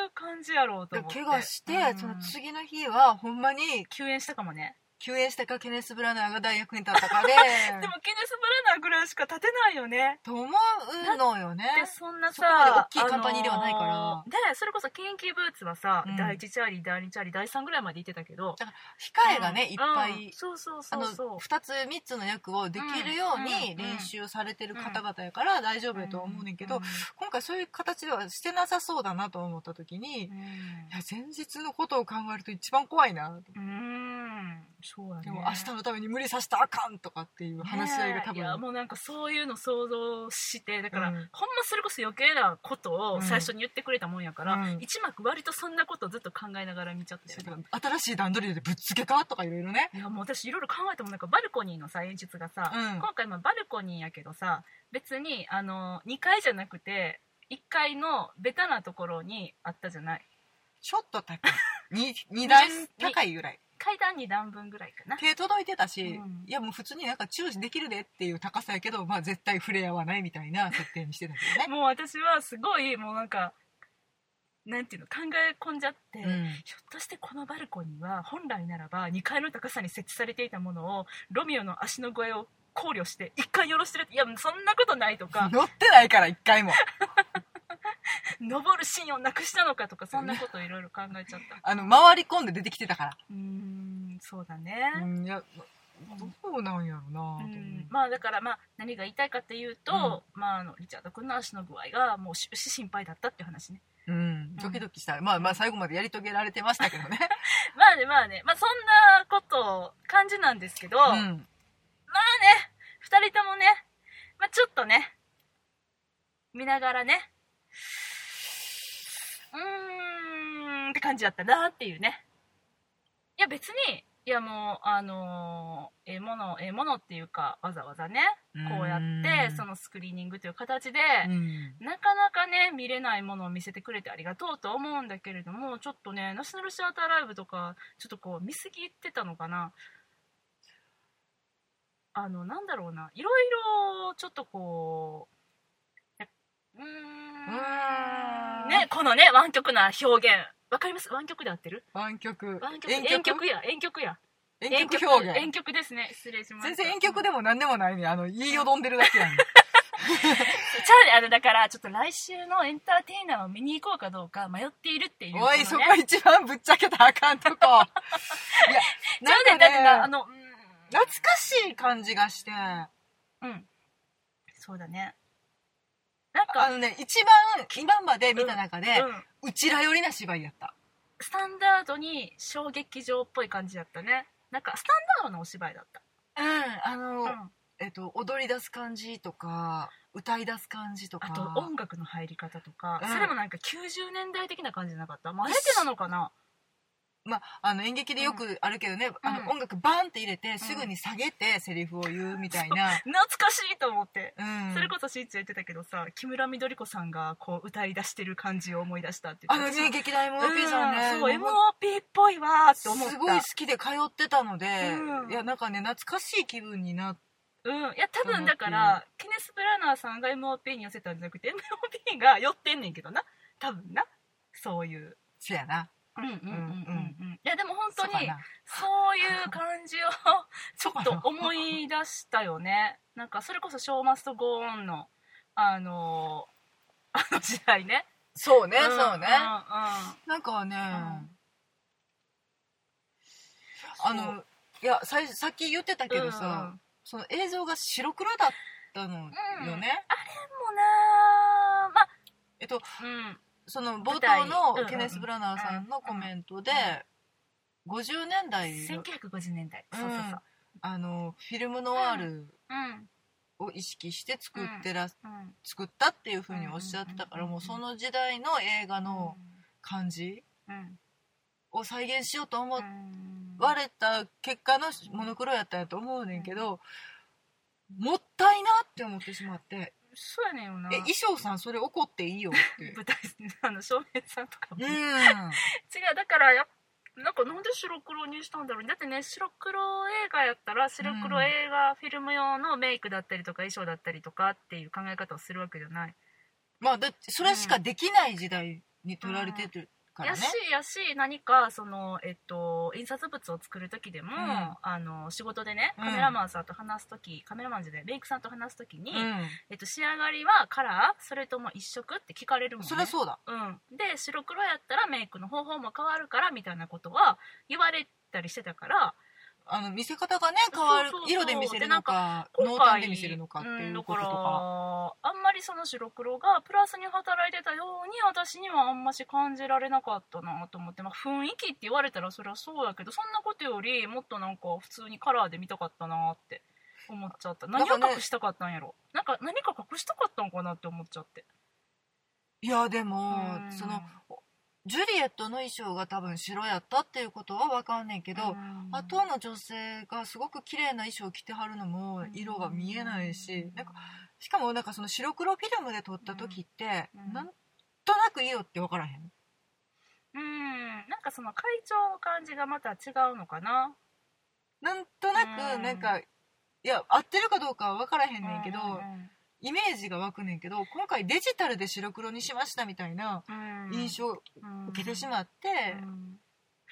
Speaker 1: う感じやろうと
Speaker 2: で
Speaker 1: 思って
Speaker 2: 怪我して、
Speaker 1: うん
Speaker 2: その次の日はほんまに
Speaker 1: 休演したかもね、
Speaker 2: 救援したかケネス・ブラナーが大役に立ったかで
Speaker 1: でもケネス・ブラナーぐらいしか立てないよね
Speaker 2: と思うのよね
Speaker 1: でそんな
Speaker 2: そこまで
Speaker 1: さ
Speaker 2: 大きいカンパニーではないから
Speaker 1: あのーでそれこそキンキーブーツはさ、
Speaker 2: うん
Speaker 1: 第1チャーリー第2チャーリー第3ぐらいまで行ってたけど
Speaker 2: 控えがね、
Speaker 1: うん
Speaker 2: いっぱい、
Speaker 1: うんそうそう
Speaker 2: あ
Speaker 1: そ
Speaker 2: の
Speaker 1: うそう
Speaker 2: 2つ3つの役をできるように
Speaker 1: うんうん
Speaker 2: 練習をされてる方々やから大丈夫やとは思うねんけど、
Speaker 1: ん
Speaker 2: 今回そういう形ではしてなさそうだなと思った時に、いや前日のことを考えると一番怖いなと思って
Speaker 1: うん、うんそうやね
Speaker 2: でも明日のために無理させたらあかんとかっていう話し合いが
Speaker 1: ね
Speaker 2: 多
Speaker 1: えいや
Speaker 2: 分、
Speaker 1: もうなんかそういうの想像してだから、
Speaker 2: うん
Speaker 1: ほんまそれこそ余計なことを最初に言ってくれたもんやから、
Speaker 2: うん
Speaker 1: 一幕割とそんなことをずっと考えながら見ちゃって
Speaker 2: それから新しい段取りでぶっつけかとかいろいろね
Speaker 1: いやもう私いろいろ考えてもなんかバルコニーのさ演出がさ、
Speaker 2: うん
Speaker 1: 今回まあバルコニーやけどさ別にあの2階じゃなくて1階のベタなところにあったじゃない
Speaker 2: ちょっと高い 2, 二段高いぐらい
Speaker 1: 階段2段分ぐらいかな
Speaker 2: 手届いてたし、
Speaker 1: うん
Speaker 2: いやもう普通になんか注視できるでっていう高さやけど、まあ、絶対触れ合わないみたいな設定にしてたけどね。
Speaker 1: もう私はすごいもうなんかなんていうの考え込んじゃって、
Speaker 2: うん
Speaker 1: ひょっとしてこのバルコニーは本来ならば2階の高さに設置されていたものをロミオの足の声を考慮して1階よろしてるいやそんなことないと か
Speaker 2: 乗ってないから一回も
Speaker 1: 登るシーンをなくしたのかとかそんなこといろいろ考えちゃった
Speaker 2: あの回り込んで出てきてたか
Speaker 1: うーんそうだ
Speaker 2: ら、う
Speaker 1: ね、
Speaker 2: ん、いやそうなんやろうな
Speaker 1: う
Speaker 2: と思
Speaker 1: んまあだからまあ何が言いたいかっていうと、まあ、あのリチャード君の足の具合がもう終始 心配だったっていう話ね
Speaker 2: う、うん、ドキドキした、まあまあ最後までやり遂げられてましたけどね、
Speaker 1: まあねまあねまあそんなこと感じなんですけど、
Speaker 2: う
Speaker 1: まあね
Speaker 2: ん、
Speaker 1: 2人ともね、まあ、ちょっとね見ながらねうーんって感じだったなっていうねいや別にいやもうあのーええものええものっていうかわざわざねこうやってそ
Speaker 2: の、
Speaker 1: のスクリーニングという形で、
Speaker 2: うん
Speaker 1: なかなかね見れないものを見せてくれてありがとうとは思うんだけれどもちょっとねナショナルシアターライブとかちょっとこう見過ぎてたのかなあのなんだろうないろいろちょっとこううーん
Speaker 2: うーん
Speaker 1: ねこのね湾曲な表現わかります湾曲で合ってる
Speaker 2: 湾曲
Speaker 1: 湾曲遠曲や遠曲や
Speaker 2: 遠曲表現
Speaker 1: 遠曲ですね失礼しました
Speaker 2: 全然遠曲でも何でもないねあの言いよどんでるだけや
Speaker 1: じ
Speaker 2: ん、
Speaker 1: ゃあ、あの、だから、ちょっと来週のエンターテイナーを見に行こうかどうか迷っているっていう、
Speaker 2: おい、
Speaker 1: こ
Speaker 2: そ
Speaker 1: の
Speaker 2: こ
Speaker 1: ね
Speaker 2: 一番ぶっちゃけたらあか んとこ。い
Speaker 1: ちょっ
Speaker 2: や、
Speaker 1: とね、だってな、
Speaker 2: な
Speaker 1: あ
Speaker 2: んかね、
Speaker 1: の、
Speaker 2: 懐かしい感じがして、
Speaker 1: うん、うん。そうだね。なん
Speaker 2: あ
Speaker 1: か、
Speaker 2: のね、一番、今まで見た中で、
Speaker 1: うん。
Speaker 2: うちら寄りな芝居やった。
Speaker 1: スタンダードに小劇場っぽい感じだったね。なんか、スタンダードのお芝居だった。
Speaker 2: うん、あの、
Speaker 1: うん。
Speaker 2: えっと、踊り出す感じとか、歌い出す感じとか。
Speaker 1: あと、音楽の入り方とか、
Speaker 2: うん
Speaker 1: それもなんか90年代的な感じじゃなかった。まあ、あえてなのかな
Speaker 2: まあ、あの演劇でよくあるけどね、あ
Speaker 1: うん
Speaker 2: の音楽バンって入れて、すぐに下げてセリフを言うみたいな。
Speaker 1: 懐かしいと思って。
Speaker 2: うん。
Speaker 1: それこそしんちゃん言ってたけどさ木村みどり子さんがこう歌い出してる感じを思い出したって言
Speaker 2: あ
Speaker 1: って
Speaker 2: の
Speaker 1: た
Speaker 2: ね、劇団 MOP さんね。
Speaker 1: うんそう MOP っぽいわーって思った
Speaker 2: すごい好きで通ってたので、
Speaker 1: うん
Speaker 2: いやなんかね懐かしい気分になっ
Speaker 1: うんいや多分だからケネス・ブラナーさんが MOP に寄せたんじゃなくて MOP が寄ってんねんけどな多分なそういう
Speaker 2: せやな
Speaker 1: うんうんうん
Speaker 2: うん
Speaker 1: うんいやでも本当に
Speaker 2: そうかな
Speaker 1: そういう感じを ちょっ
Speaker 2: そうか
Speaker 1: と
Speaker 2: な
Speaker 1: 思い出したよねなんかそれこそ「ショーマスト・ゴーオンの」あのーあの時代ね
Speaker 2: そうね、
Speaker 1: ん
Speaker 2: そうね、
Speaker 1: う
Speaker 2: なんかね、あ
Speaker 1: そ
Speaker 2: のいやさいさっき言ってたけど
Speaker 1: うんう
Speaker 2: さ、その映像が白黒だったのよね、
Speaker 1: んうん、もうなーまあ
Speaker 2: えっと
Speaker 1: うん
Speaker 2: その冒
Speaker 1: 舞台
Speaker 2: 頭の
Speaker 1: うん
Speaker 2: ケネス・ブラナーさんのコメントで、50年代の
Speaker 1: 1950年代そうそうそう
Speaker 2: あのフィルムノワール
Speaker 1: うん
Speaker 2: を意識して作ってら、
Speaker 1: うん
Speaker 2: 作ったっていうふうにおっしゃってたから、
Speaker 1: うんうんうんうん
Speaker 2: もうその時代の映画の感じ
Speaker 1: うん
Speaker 2: を再現しようと思っ
Speaker 1: うん
Speaker 2: われた結果のモノクロやったんやと思うねんけど、もったいなって思ってしまって
Speaker 1: そうやねんよな
Speaker 2: 「え衣装さんそれ怒っていいよ」って。
Speaker 1: 舞台あの照明さんと かも、違
Speaker 2: う
Speaker 1: うんだからやっなんかなんで白黒にしたんだろうだってね白黒映画やったら白黒映画フィルム用のメイクだったりとか衣装だったりとかっていう考え方をするわけじゃない、
Speaker 2: まあだってそれしかできない時代に撮られてるから
Speaker 1: や
Speaker 2: ね
Speaker 1: し、やし何かその、えっと、印刷物を作る時でも、
Speaker 2: ん
Speaker 1: あの仕事でね
Speaker 2: うん
Speaker 1: カメラマンさんと話す時、カメラマンじゃないメイクさんと話す時に、
Speaker 2: う
Speaker 1: えっと、仕上がりはカラーそれとも一色って聞かれるも
Speaker 2: ん、
Speaker 1: んね
Speaker 2: そりゃそうだ
Speaker 1: うん、で白黒やったらメイクの方法も変わるからみたいなことは言われたりしてたから
Speaker 2: あの見せ方がね変わる
Speaker 1: そうそうそう
Speaker 2: 色で見せるのか濃
Speaker 1: 今
Speaker 2: 淡
Speaker 1: 回
Speaker 2: で見せるのかってい
Speaker 1: ん
Speaker 2: う
Speaker 1: だ
Speaker 2: こ
Speaker 1: か
Speaker 2: と
Speaker 1: ら
Speaker 2: とか、
Speaker 1: あんまりその白黒がプラスに働いてたように私にはあんまし感じられなかったなと思って、まあ、雰囲気って言われたらそりゃそうやけどそんなことよりもっとなんか普通にカラーで見たかったなって思っちゃった
Speaker 2: なん
Speaker 1: 何
Speaker 2: か
Speaker 1: を
Speaker 2: ね
Speaker 1: 隠したかったんやろ、なんか何か隠したかったんかなって思っちゃって
Speaker 2: いやで
Speaker 1: う
Speaker 2: も
Speaker 1: ん
Speaker 2: そのジュリエットの衣装が多分白やったっていうことは分かんねんけど、
Speaker 1: うん
Speaker 2: あとの女性がすごく綺麗な衣装を着てはるのも色が見えないし、なんかしかもなんかその白黒フィルムで撮った時って、
Speaker 1: うん
Speaker 2: なんとなく色って分からへん
Speaker 1: うんなんかその会長の感じがまた違うのかな
Speaker 2: なんとな
Speaker 1: う
Speaker 2: く
Speaker 1: ん
Speaker 2: なんか、いや合ってるかどうかは分からへんねんけど、
Speaker 1: うんうん
Speaker 2: イメージが湧くねんけど今回デジタルで白黒にしましたみたいな
Speaker 1: うん
Speaker 2: 印象を受けてしまって、
Speaker 1: うん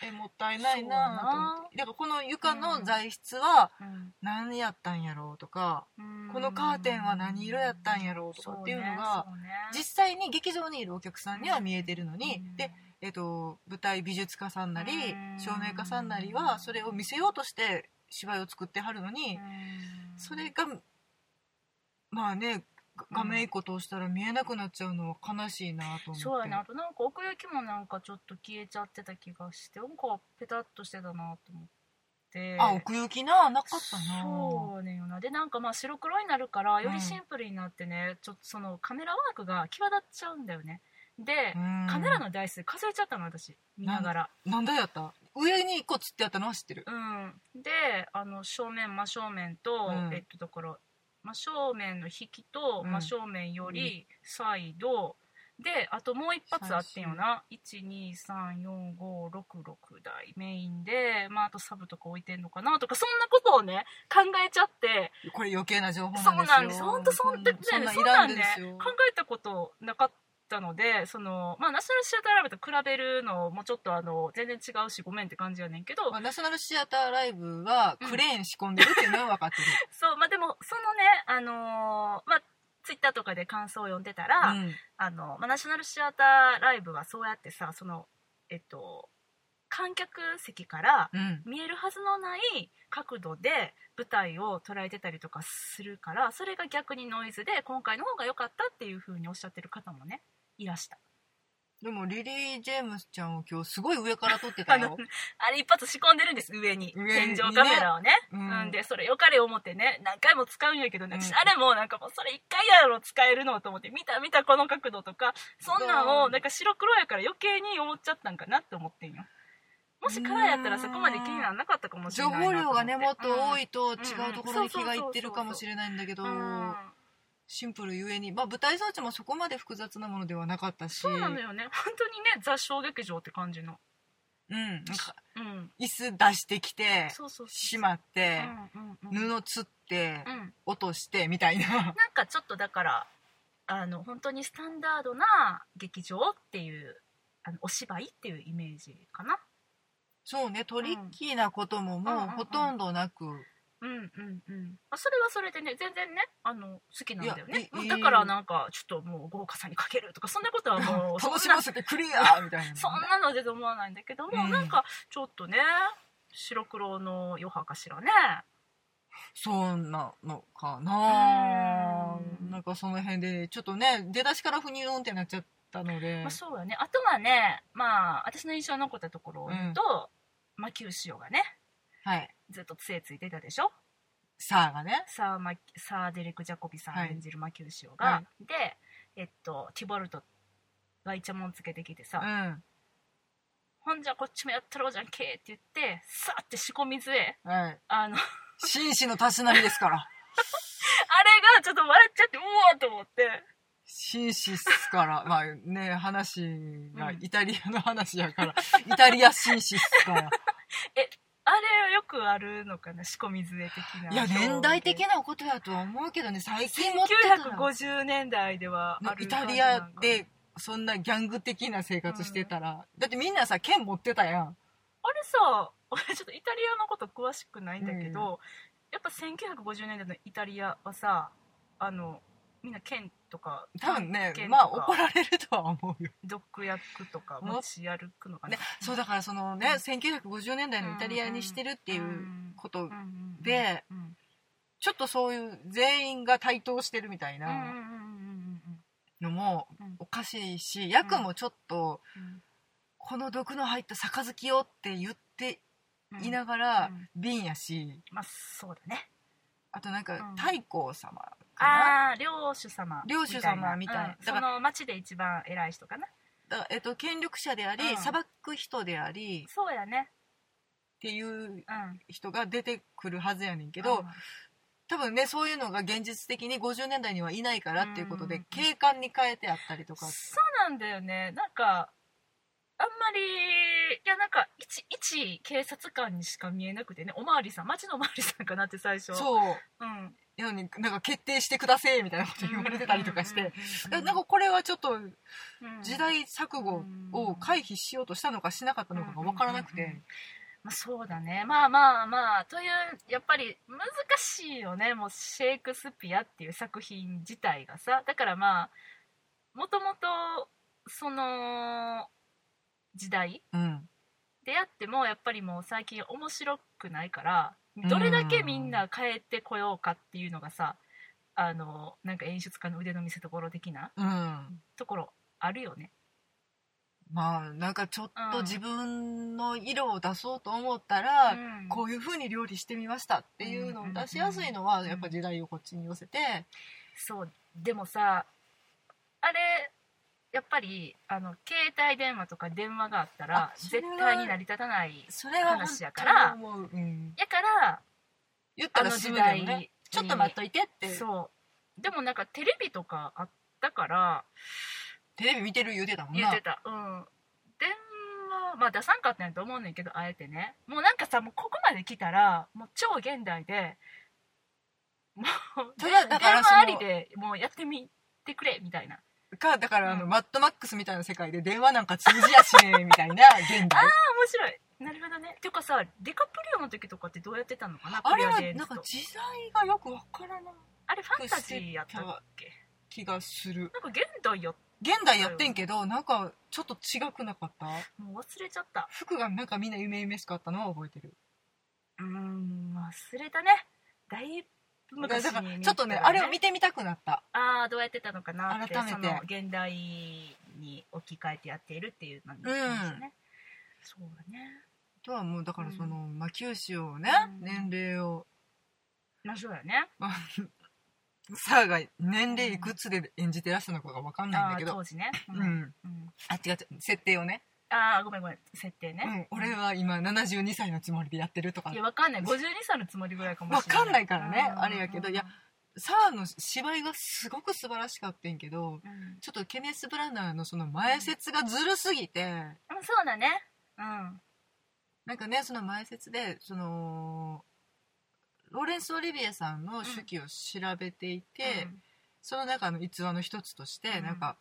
Speaker 2: えもったいないなと思ってだからこの床の材質は
Speaker 1: うん
Speaker 2: 何やったんやろうとか、
Speaker 1: うん
Speaker 2: このカーテンは何色やったんやろうとかっていうのが
Speaker 1: そうね
Speaker 2: 実際に劇場にいるお客さんには見えてるのに、
Speaker 1: うん
Speaker 2: で、えっと舞台美術家さんなり
Speaker 1: うん
Speaker 2: 照明家さんなりはそれを見せようとして芝居を作ってはるの
Speaker 1: う
Speaker 2: に、
Speaker 1: ん
Speaker 2: それがまあねが画面一個通したら見えなくなっちゃうのは悲しいなと思って
Speaker 1: そうやねあとなんか奥行きもなんかちょっと消えちゃってた気がしてなんかペタッとしてたなと思って
Speaker 2: あ奥行きななかったな
Speaker 1: そうねんよなでなんかまあ白黒になるからよ
Speaker 2: うん
Speaker 1: りシンプルになってね、ちょっとそのカメラワークが際立っちゃうんだよねで、
Speaker 2: うん
Speaker 1: カメラの台数数えちゃったの私見ながら
Speaker 2: なんだやった上に一個つってあったのは知ってる
Speaker 1: うんであの正面真正面と、
Speaker 2: うん
Speaker 1: えっとだから真正面の引きと
Speaker 2: うん
Speaker 1: 真正面よりサイド、であともう一発あってんよな1234566台メインでまああとサブとか置いてんのかなとかそんなことをね考えちゃって
Speaker 2: これ余計な情報
Speaker 1: そう
Speaker 2: な
Speaker 1: なんん
Speaker 2: で
Speaker 1: ですす
Speaker 2: よ
Speaker 1: 本当そんな
Speaker 2: そんなん
Speaker 1: ね
Speaker 2: い
Speaker 1: そん
Speaker 2: ら
Speaker 1: なんん
Speaker 2: で
Speaker 1: ね
Speaker 2: すよ
Speaker 1: 考えたことなかったのでそのまあナショナルシアターライブと比べるのもちょっとあの全然違うしごめんって感じやねんけど
Speaker 2: まあナショナルシアターライブはクレーン仕込んでるっていうのは分かってる
Speaker 1: そうまあでもそのねあのーまあツイッターとかで感想を読んでたら、
Speaker 2: うん
Speaker 1: あのまあ、ナショナルシアターライブはそうやってさそのえっと観客席から
Speaker 2: うん
Speaker 1: 見えるはずのない角度で舞台を捉えてたりとかするからそれが逆にノイズで今回の方が良かったっていう風におっしゃってる方もねいらした
Speaker 2: でもリリー・ジェームスちゃんを今日すごい上から撮ってたよ、
Speaker 1: あれ一発仕込んでるんです上に
Speaker 2: 上に
Speaker 1: 天井カメラをね
Speaker 2: う
Speaker 1: うん、でそれよかれ思ってね何回も使うんやけどね、
Speaker 2: うん
Speaker 1: 私あれもなんかもうそれ一回やろ使えるのと思って見た見たこの角度とかそんなん
Speaker 2: う
Speaker 1: を
Speaker 2: ん
Speaker 1: なんか白黒やから余計に思っちゃったんかなって思ってんよもしカラーやったらそこまで気にならなかったかもしれ
Speaker 2: 情
Speaker 1: ないな
Speaker 2: 報
Speaker 1: と思
Speaker 2: 量がねもっと多
Speaker 1: い
Speaker 2: いと違うところに気がいってるかもしれないんだけど
Speaker 1: うん、うん
Speaker 2: シンプルゆえに、まあ、舞台装置もそこまで複雑なものではなかったし
Speaker 1: そうなのよね本当にねザ小劇場って感じの
Speaker 2: うんなんか
Speaker 1: うん
Speaker 2: 椅子出してきて
Speaker 1: そうそうそう
Speaker 2: しまって、
Speaker 1: うんうんうん、
Speaker 2: 布つって、
Speaker 1: うん
Speaker 2: 落としてみたいな
Speaker 1: なんかちょっとだからあの本当にスタンダードな劇場っていうあのお芝居っていうイメージかな
Speaker 2: そうねトリッキーなことももうほとんどなく、
Speaker 1: うんうんうんあそれはそれでね全然ねあの好きなんだよ
Speaker 2: い
Speaker 1: ね
Speaker 2: やいい
Speaker 1: だからなんかちょっともう豪華さにかけるとかそんなことはも うそん
Speaker 2: 楽し
Speaker 1: な
Speaker 2: ませてクリアみたいな
Speaker 1: そんなのでと思わないんだけども、
Speaker 2: うん
Speaker 1: なんかちょっとね白黒の余波かしらね
Speaker 2: そんなのかな
Speaker 1: うん
Speaker 2: なんかその辺でちょっとね出だしから不入音ってなっちゃったので
Speaker 1: まあ、そうだねあとはねまあ私の印象に残ったところを言うと、魔球潮がね
Speaker 2: はい
Speaker 1: ずっと杖ついてたでしょ
Speaker 2: さあがね
Speaker 1: サーマサーデレク・ジャコビさん
Speaker 2: はい
Speaker 1: 演じる魔球潮が、
Speaker 2: は
Speaker 1: でえっとティボルトがイチャモンつけてきてさ、
Speaker 2: うん
Speaker 1: ほんじゃこっちもやったろうじゃんけって言ってさーって仕込み杖
Speaker 2: はい
Speaker 1: あのあれ
Speaker 2: 紳士のたしなみですから
Speaker 1: がちょっと笑っちゃってうおーと思って
Speaker 2: 紳士っすからまあね話がイタリアの話やから、イタリア紳士っす か
Speaker 1: あ
Speaker 2: ら
Speaker 1: れはよくあるのかな仕込み杖的ない
Speaker 2: や年代的
Speaker 1: な
Speaker 2: なことやとは思うけどね最近持ってたら
Speaker 1: 1950年代ではある
Speaker 2: イタリアでそんなギャング的な生活してたら、だってみんなさ剣持ってたやん
Speaker 1: あれさ 俺ちょっとイタリアのこと詳しくないんだけど、やっぱ1950年代のイタリアはさあのみんな剣とか
Speaker 2: 多分ね
Speaker 1: 剣と
Speaker 2: まあ
Speaker 1: か
Speaker 2: 怒られるとは思うよ
Speaker 1: 毒薬とか持ち歩くのかな、
Speaker 2: ねそうだからそのね1950年代のイタリアにしてるっていうこと
Speaker 1: うんうん
Speaker 2: で
Speaker 1: うんうん
Speaker 2: ちょっとそういう全員が対等してるみたい
Speaker 1: うんうんうん
Speaker 2: な
Speaker 1: うんうん
Speaker 2: のも
Speaker 1: うん
Speaker 2: おかしいし役もちょっと
Speaker 1: うん
Speaker 2: この毒の入った杯をって言って
Speaker 1: うん
Speaker 2: いながら
Speaker 1: うん
Speaker 2: 瓶やし
Speaker 1: まあそうだね
Speaker 2: あとなんか
Speaker 1: うん
Speaker 2: 太閤様か
Speaker 1: ああー領主様
Speaker 2: 領主様みたいな
Speaker 1: うん
Speaker 2: だ
Speaker 1: そ
Speaker 2: から
Speaker 1: の町で一番偉い人かな
Speaker 2: なだからえっと権力者であ
Speaker 1: うん
Speaker 2: り裁く人でありっ
Speaker 1: そうやね
Speaker 2: ていう
Speaker 1: うん
Speaker 2: 人が出てくるはずやねんけ
Speaker 1: け
Speaker 2: ど多分ねそういうのが現実的に50年代にはいないからっていうこと
Speaker 1: う
Speaker 2: で
Speaker 1: ん
Speaker 2: 警官に変えてあったりとか
Speaker 1: そうなんだよねなんかあんまりいやなんか一一警察官にしか見えなくてねおまわりさん町のおまわりさんかなって最初う、
Speaker 2: そう
Speaker 1: うん、
Speaker 2: なのになんか決定してくださいみたいなこと言われてたりとかして、だからなんかこれはちょっと
Speaker 1: うん
Speaker 2: 時代錯誤を回避しようとしたのかしなかったのかが分からなく
Speaker 1: うんうんうん
Speaker 2: て
Speaker 1: まあ、そうだねまあまあまあというやっぱり難しいよねもうシェイクスピアっていう作品自体がさだからまあもともとその時代
Speaker 2: うん
Speaker 1: であってもやっぱりもう最近面白くないからどれだけみんな変えてこようかっていうのがさあのなんか演出家の腕の見せ所的な
Speaker 2: うん
Speaker 1: ところあるよね。
Speaker 2: まあなんかちょっ
Speaker 1: う
Speaker 2: と
Speaker 1: ん
Speaker 2: 自分の色を出そうと思ったら、
Speaker 1: うん
Speaker 2: こういう風に料理してみましたっていうのを出しやすいの
Speaker 1: う
Speaker 2: は
Speaker 1: ん
Speaker 2: やっぱ時代をこっちに寄せて
Speaker 1: そうでもさあれやっぱりあの携帯電話とか電話があったら
Speaker 2: あそ
Speaker 1: 絶
Speaker 2: れは
Speaker 1: 対に成り立たない
Speaker 2: それは本
Speaker 1: 話やか
Speaker 2: 当
Speaker 1: ら
Speaker 2: に思う、うん、
Speaker 1: やから
Speaker 2: 言った
Speaker 1: あ
Speaker 2: ら
Speaker 1: の
Speaker 2: す
Speaker 1: 時
Speaker 2: ぐだ
Speaker 1: 代
Speaker 2: よ
Speaker 1: に、
Speaker 2: ねちょっと待っといてって
Speaker 1: そうでもなんかテレビとかあったから
Speaker 2: テレビ見てる言うてたもん
Speaker 1: 言っ
Speaker 2: な
Speaker 1: てたうん電話まあ出さんかったんやと思うねんけどあえてねもうなんかさもうここまで来たらもう超現代でもう
Speaker 2: ただだか
Speaker 1: 電
Speaker 2: ら
Speaker 1: 話あ
Speaker 2: そ
Speaker 1: り
Speaker 2: の
Speaker 1: でもうやってみてくれみたいな
Speaker 2: かだからあの、
Speaker 1: うん
Speaker 2: マッドマックスみたいな世界で電話なんか通じやしねえみたいな 現代
Speaker 1: 面白いなるほどねていうかさデカプリオの時とかってどうやってたのかな
Speaker 2: あれは
Speaker 1: プリオデ
Speaker 2: な
Speaker 1: ー
Speaker 2: んか
Speaker 1: ズと
Speaker 2: 時代がよくわからない
Speaker 1: あれファンタジーやったっけ
Speaker 2: 気がする
Speaker 1: なんか現代やっ
Speaker 2: 現代やってんけどなんかちょっと違くなかった
Speaker 1: もう忘れちゃった
Speaker 2: 服がなんかみんな夢々しかったのは覚えてる
Speaker 1: うーん忘れたねだいぶ
Speaker 2: だから
Speaker 1: 昔に見た
Speaker 2: だから
Speaker 1: らね
Speaker 2: ちょっとねあれを見てみたくなった
Speaker 1: ああどうやってたのかなって
Speaker 2: 改めて
Speaker 1: その現代に置き換えてやっているっていうなんですよね、そうだね
Speaker 2: あとはもうだからその、まあ九州をね、
Speaker 1: うん
Speaker 2: 年齢を
Speaker 1: まあそうだね
Speaker 2: サーが年齢いくつで演じてらしたのかがわかんないん
Speaker 1: あ
Speaker 2: だ
Speaker 1: あ
Speaker 2: け
Speaker 1: ー
Speaker 2: ど
Speaker 1: 当時ね、う
Speaker 2: うんん、
Speaker 1: うん
Speaker 2: あ違う違う設定をね
Speaker 1: ああごめんごめん設定ね、
Speaker 2: うん、俺は今72歳のつもりでやってるとか
Speaker 1: いやわかんない52歳のつもりぐらいかもしれない
Speaker 2: わかんないからね
Speaker 1: うん
Speaker 2: あれやけどいやサーの芝居がすごく素晴らしかったんけど
Speaker 1: うん
Speaker 2: ちょっとケネス・ブラナーのその前説がずるすぎて
Speaker 1: うんそうだねうん
Speaker 2: なんかねその前説でそのローレンス・オリビエさんの手記を調べていて、その中の逸話の一つとして、
Speaker 1: うん
Speaker 2: なんか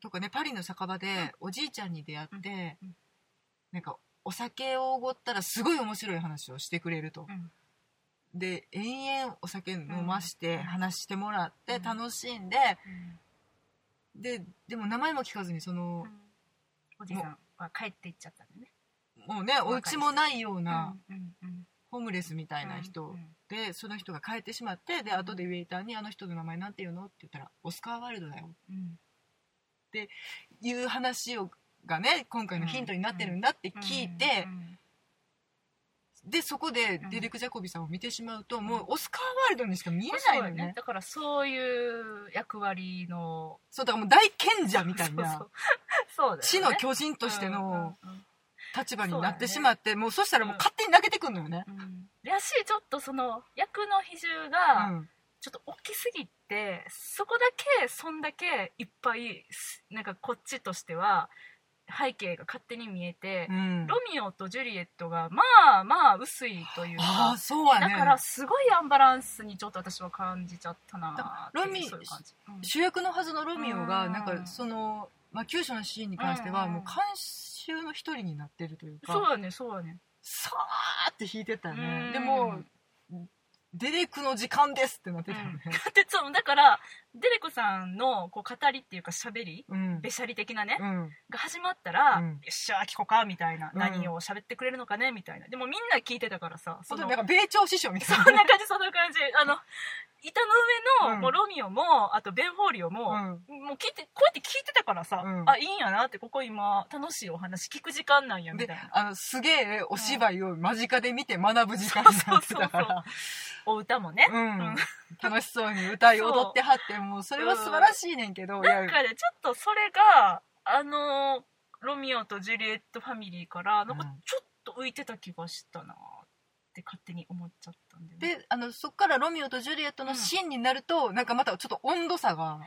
Speaker 2: とかねパリの酒場でおじいちゃんに出会って、
Speaker 1: うん
Speaker 2: なんかお酒をおごったらすごい面白い話をしてくれると、
Speaker 1: うん
Speaker 2: で延々お酒飲まして
Speaker 1: うん
Speaker 2: 話してもらって
Speaker 1: うん
Speaker 2: 楽しんで、ででも名前も聞かずにその、
Speaker 1: おじさんは帰っていっちゃったんだね
Speaker 2: もうねお家もないような
Speaker 1: うんうん
Speaker 2: ホームレスみた
Speaker 1: う
Speaker 2: い
Speaker 1: ん
Speaker 2: な人、
Speaker 1: うん
Speaker 2: でその人が帰ってしまってで後でウェイターに「あの人の名前なんて言うの?」って言ったら「オスカー・ワイルドだよ」
Speaker 1: うん
Speaker 2: いう話をがね今回のヒントになってるんだって聞いて、
Speaker 1: うん
Speaker 2: でそこで
Speaker 1: うん
Speaker 2: デレク・ジャコビさんを見てしまうと、
Speaker 1: ん
Speaker 2: もうオスカー・ワイルドにしか見え
Speaker 1: そ
Speaker 2: な
Speaker 1: う
Speaker 2: い
Speaker 1: よ
Speaker 2: のよね
Speaker 1: ねだからそういう役割の
Speaker 2: そうだからもう大賢者みたい
Speaker 1: そう
Speaker 2: な
Speaker 1: そうそうだよね
Speaker 2: 死の巨人としての
Speaker 1: うんうん
Speaker 2: 立場になってしまってもうそしたらもう勝手に投げてくんのよね、
Speaker 1: うんうんやしちょっとその役の比重
Speaker 2: う
Speaker 1: が
Speaker 2: ん
Speaker 1: ちょっと大きすぎてそこだけそんだけいっぱいすなんかこっちとしては背景が勝手に見えて
Speaker 2: う、ん
Speaker 1: ロミオとジュリエットがまあまあ薄いという
Speaker 2: あ
Speaker 1: か
Speaker 2: あそうや
Speaker 1: だ
Speaker 2: ね
Speaker 1: からすごいアンバランスにちょっと私は感じちゃったな
Speaker 2: だ
Speaker 1: っていう
Speaker 2: ロミ
Speaker 1: そういう感じ、うん
Speaker 2: 主役のはずのロミオ
Speaker 1: う
Speaker 2: が
Speaker 1: ん
Speaker 2: なんかその、まあ、九州のシーンに関しては
Speaker 1: うん
Speaker 2: もう監修の一人になってるというか、
Speaker 1: そうだねそうだね
Speaker 2: さーって弾いてたよね、
Speaker 1: うん
Speaker 2: でもデレクの時間ですってなってたよね、
Speaker 1: だってそうだからデレコさんのこう語りっていうか喋り
Speaker 2: うん
Speaker 1: べしゃり的なね、
Speaker 2: うん
Speaker 1: が始まったら、
Speaker 2: うん
Speaker 1: よっしゃ聞こうかみたいな、
Speaker 2: うん
Speaker 1: 何を喋ってくれるのかねみたいなでもみんな聞いてたからさそ
Speaker 2: そ
Speaker 1: の
Speaker 2: うなんか米朝師匠みたい
Speaker 1: そん
Speaker 2: な
Speaker 1: な感じそんな感じあの板の上の、
Speaker 2: うん
Speaker 1: もうロミオもあとベン・フォーリオも、
Speaker 2: うん
Speaker 1: もう聞いてこうやって聞いてたからさ、
Speaker 2: うん
Speaker 1: あいいんやなってここ今楽しいお話聞く時間なんやみ
Speaker 2: で
Speaker 1: たいな
Speaker 2: あのすげえお芝居を間近で見て学ぶ時間
Speaker 1: そうそう
Speaker 2: になって
Speaker 1: そう
Speaker 2: た
Speaker 1: そ
Speaker 2: か
Speaker 1: う
Speaker 2: ら
Speaker 1: お歌もね、
Speaker 2: うん楽しそうに歌い踊ってはってもうそれは素晴らしいねんけど、いや
Speaker 1: なんかねちょっとそれがあのロミオとジュリエットファミリーからなんか
Speaker 2: うん
Speaker 1: ちょっと浮いてた気がしたなって勝手に思っちゃったんだよね
Speaker 2: であのそっからロミオとジュリエットのシーンになると、なんかまたちょっと温度差が、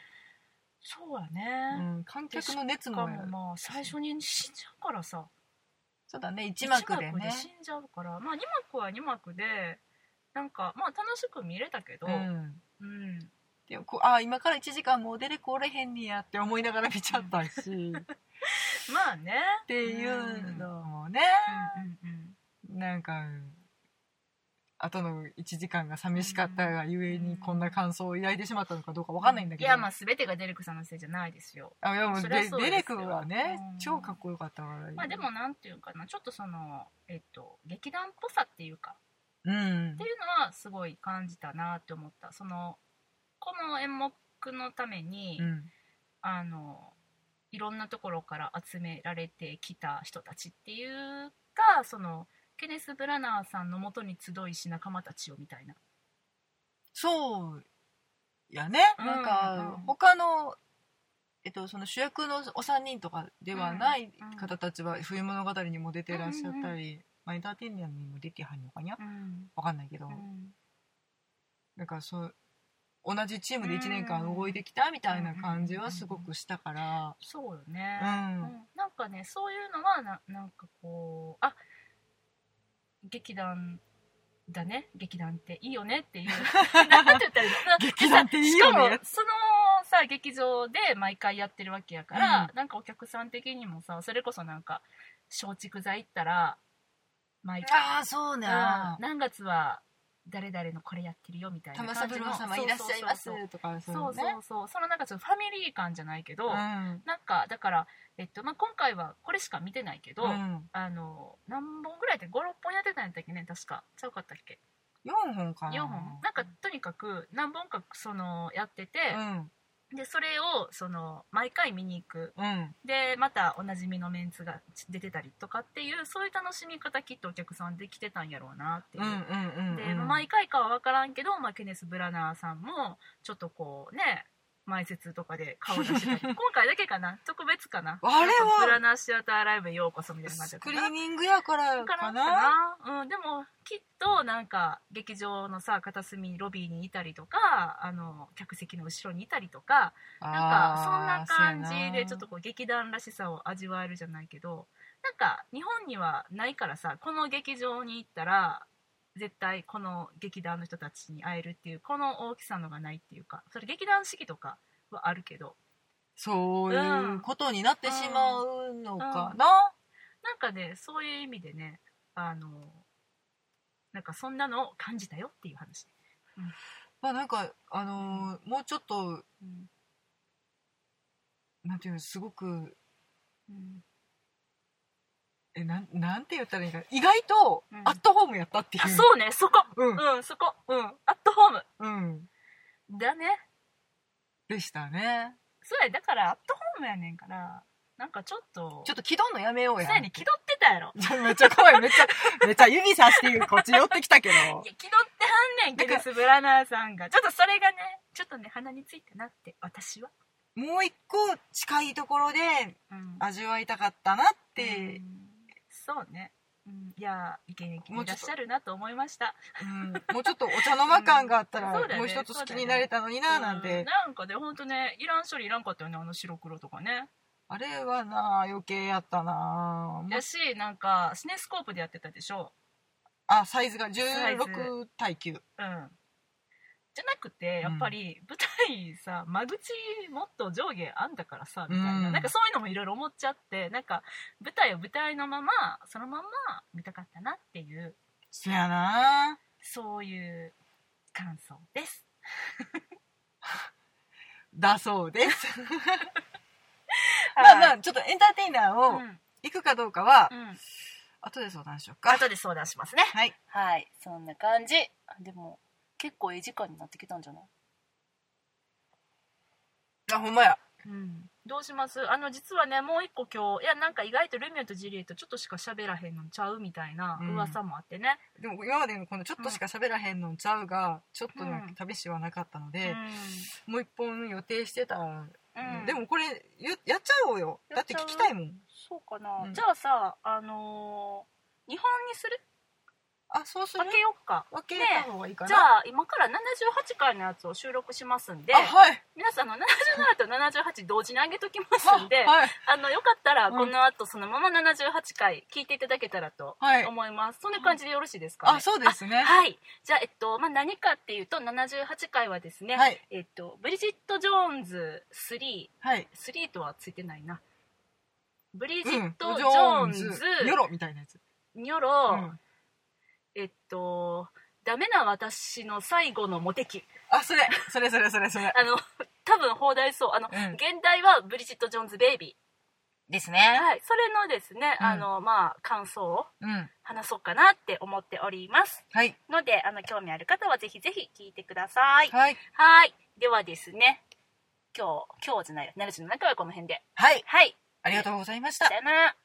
Speaker 1: そうや
Speaker 2: う
Speaker 1: ね、
Speaker 2: ん、観客の熱
Speaker 1: しか
Speaker 2: も
Speaker 1: もまあ最初に死んじゃうからさ
Speaker 2: そうだね一幕で
Speaker 1: 一幕
Speaker 2: ね
Speaker 1: 死んじゃうからまあ2幕は2幕でなんかまあ楽しく見れたけど、
Speaker 2: うん
Speaker 1: うん
Speaker 2: でこうあー今から1時間もう出れこれへんにやって思いながら見ちゃったしっ
Speaker 1: まあねって
Speaker 2: いうのもね、
Speaker 1: うんうんうん
Speaker 2: なんか後の1時間が寂しかったがゆえにこんな感想を抱いてしまったのかどうかわかんないんだけど
Speaker 1: いやまあ全てがデレクさんのせいじゃないですよ
Speaker 2: あいやもう
Speaker 1: そりゃ
Speaker 2: デ
Speaker 1: そうですよ
Speaker 2: デレクはね、
Speaker 1: うん
Speaker 2: 超かっこよかったから
Speaker 1: まあでもなんていうかなちょっとそのえっと劇団っぽさっていうか
Speaker 2: うん
Speaker 1: っていうのはすごい感じたなって思ったそのこの演目のために、
Speaker 2: うん
Speaker 1: あのいろんなところから集められてきた人たちっていうかそのケネス・ブラナーさんのもとに集いし仲間たちをみたいな
Speaker 2: そうやね、
Speaker 1: うん
Speaker 2: なんか
Speaker 1: うん
Speaker 2: 他の,、えっと、その主役のお三人とかではない
Speaker 1: うん
Speaker 2: 方たちは「冬物語」にも出てらっしゃったり「まあエンターテインメント」にも出てはんのかにゃ
Speaker 1: うん、
Speaker 2: わかんないけど、なんかそう同じチームで1年間動いてきたみたいな感じはすごくしたから、
Speaker 1: そうよ
Speaker 2: う
Speaker 1: ね、うん
Speaker 2: ん
Speaker 1: なんかねそういうのはななんかこうあ劇団だね劇団っていいよねって いうなんて言ったらいいの
Speaker 2: 劇団っていいよ
Speaker 1: しか
Speaker 2: ね
Speaker 1: もそのさ劇場で毎回やってるわけやから、なんかお客さん的にもさそれこそなんか松竹座行ったら毎回、
Speaker 2: ああそうね
Speaker 1: うん何月は誰々のこれやってるよみたいな
Speaker 2: 玉
Speaker 1: 感
Speaker 2: 三
Speaker 1: じの
Speaker 2: 郎様いらっしゃいます
Speaker 1: そう
Speaker 2: とかそう
Speaker 1: そうそうそう
Speaker 2: ね
Speaker 1: そうそうそのなんかちょっとファミリー感じゃないけど、
Speaker 2: うん
Speaker 1: なんかだから、えっとまあ、今回はこれしか見てないけど、
Speaker 2: うん
Speaker 1: あの何本ぐらいで56本やってたんだっけね確かちゃうかったっけ
Speaker 2: 4本かな
Speaker 1: 4本なんかとにかく何本かそのやってて、
Speaker 2: うん
Speaker 1: でそれをその毎回見に行く
Speaker 2: うん
Speaker 1: でまたおなじみのメンツが出てたりとかっていうそういう楽しみ方きっとお客さんできてたんやろうなっていうう。
Speaker 2: んうんうんうん
Speaker 1: でまあ毎回かは分からんけど、まあ、ケネス・ブラナーさんもちょっとこうね前説とかで顔出 してたり今回だけかな特別かな
Speaker 2: あれ
Speaker 1: や
Speaker 2: は
Speaker 1: っぱブラナーシアターライブへようこそみたいな感じだ
Speaker 2: ス
Speaker 1: った
Speaker 2: ク
Speaker 1: か
Speaker 2: リ
Speaker 1: な
Speaker 2: ーニングやから
Speaker 1: か
Speaker 2: か
Speaker 1: な
Speaker 2: な
Speaker 1: うん、でもきっとなんか劇場のさ片隅ロビーにいたりとかあの客席の後ろにいたりとかなんかそんな感じでちょっとこう劇団らしさを味わえるじゃないけどなんか日本にはないからさこの劇場に行ったら絶対この劇団の人たちに会えるっていうこの大きさのがないっていうかそれ劇団四季とかはあるけど
Speaker 2: そういうことになってしまうのかな
Speaker 1: なんかねそういう意味でねあのなんかそんなのを感じたよっていう話、
Speaker 2: まあなんかあのーもうちょっと
Speaker 1: うん
Speaker 2: なんていうのすごくえなんなんて言ったらいいか意外と
Speaker 1: うん
Speaker 2: アットホームやったっていう、
Speaker 1: あそうねそこ
Speaker 2: う
Speaker 1: うんん、そこうんアットホーム
Speaker 2: うん
Speaker 1: だね
Speaker 2: でしたね
Speaker 1: そうやだからアットホームやねんからなんかちょっと
Speaker 2: ちょっと気取んのやめよう
Speaker 1: そう
Speaker 2: や
Speaker 1: やね気取ってたやろ
Speaker 2: め っちゃ可愛いめっちゃめっちゃ指さしてこっち寄ってきたけど
Speaker 1: いや気取ってはんねんけど
Speaker 2: だ
Speaker 1: スブラナーさんがちょっとそれがねちょっとね鼻についたなって私は、
Speaker 2: もう一個近いところで
Speaker 1: うん、っ
Speaker 2: 味わいたかったなって、
Speaker 1: そうね、うん、いやイケイケ
Speaker 2: も
Speaker 1: いう
Speaker 2: ち
Speaker 1: ら
Speaker 2: ょ
Speaker 1: っ
Speaker 2: っと
Speaker 1: しゃるなと思いました
Speaker 2: うんもうちょっとお茶の間感があった
Speaker 1: うん
Speaker 2: ら、
Speaker 1: そうだね
Speaker 2: もう一つ好きになれたのにななんて、
Speaker 1: うんなんかで本当ねいらん処理いらんかったよねあの白黒とかね
Speaker 2: あれはな余計やったなもう
Speaker 1: だしなんかシネスコープでやってたでしょ
Speaker 2: あサイズが
Speaker 1: サイズ
Speaker 2: 16対9
Speaker 1: うんじゃなくてやっぱり舞台さ間口もっと上下あんだからさみたいな,、
Speaker 2: うん
Speaker 1: なんかそういうのもいろいろ思っちゃってなんか舞台を舞台のままそのまま見たかったなっていう
Speaker 2: そやな
Speaker 1: そういう感想です
Speaker 2: だそうですまあまあちょっとエンターテイナ
Speaker 1: あう
Speaker 2: ーを
Speaker 1: ん、
Speaker 2: 行くかどうかは
Speaker 1: うん、
Speaker 2: 後で相談しようか、
Speaker 1: 後で相談しますね
Speaker 2: はい
Speaker 3: はいそんな感じでも結構ええ時間になってきたんじゃない
Speaker 2: あほんまや
Speaker 1: うん、どうしますあの実はねもう一個今日いやなんか意外とルミオとジュリエットちょっとしか喋らへんのちゃうみたいな
Speaker 2: うん
Speaker 1: 噂もあってね、
Speaker 2: でも今までのこのちょっとしか喋らへんのちゃうがちょっとの
Speaker 1: うん
Speaker 2: 旅しはなかったの
Speaker 1: うん
Speaker 2: で、もう一本予定してた、
Speaker 1: うん
Speaker 2: でもこれゆやっちゃおうよだって聞きたいもん
Speaker 1: そうかな、
Speaker 2: うん
Speaker 1: じゃあさあのー日本にする
Speaker 2: あそうする
Speaker 1: 開けよっか
Speaker 2: 分けた方がいいかな、
Speaker 1: じゃあ今から78回のやつを収録しますんで
Speaker 2: あはい
Speaker 1: 皆さんあの77と78同時に上げときますんで、
Speaker 2: はい
Speaker 1: あのよかったら
Speaker 2: うん
Speaker 1: この後そのまま78回聞いていただけたらと
Speaker 2: はい
Speaker 1: 思います、そんな感じでよろしいですか、ね
Speaker 2: あそうですね
Speaker 1: はい。じゃあ、えっと、まあ、何かっていうと、78回はですね、
Speaker 2: はい
Speaker 1: えっと、ブリジット・ジョーンズ3、
Speaker 2: はい
Speaker 1: 3とはついてないな。ブリジ
Speaker 2: う
Speaker 1: ッ
Speaker 2: ん
Speaker 1: ト・ジ
Speaker 2: ジ
Speaker 1: ョ
Speaker 2: ョ
Speaker 1: ー
Speaker 2: ー
Speaker 1: ン
Speaker 2: ン
Speaker 1: ズ、
Speaker 2: ズニョロみたいなやつ、
Speaker 1: ニョロ、
Speaker 2: うん
Speaker 1: えっと、ダメな私の最後のモテ期。
Speaker 2: あそれそれそれそれそれ
Speaker 1: あの、 多分放題そう。あの、
Speaker 2: うん
Speaker 1: 現代はブリジット・ジョーンズ・ベイビ
Speaker 3: です
Speaker 1: ー。
Speaker 3: ね
Speaker 1: はい。それのですね、
Speaker 2: うん
Speaker 1: あの、まあ、感想を
Speaker 2: うん
Speaker 1: 話そうかなって思っております。
Speaker 2: はい
Speaker 1: ので、あの、興味ある方はぜひぜひ聞いてください。
Speaker 2: はい
Speaker 1: はい。ではですね、今日、今日じゃないよ。なるじの中はこの辺で。
Speaker 2: はい
Speaker 1: はい。
Speaker 2: ありがとうございました
Speaker 1: さよなら。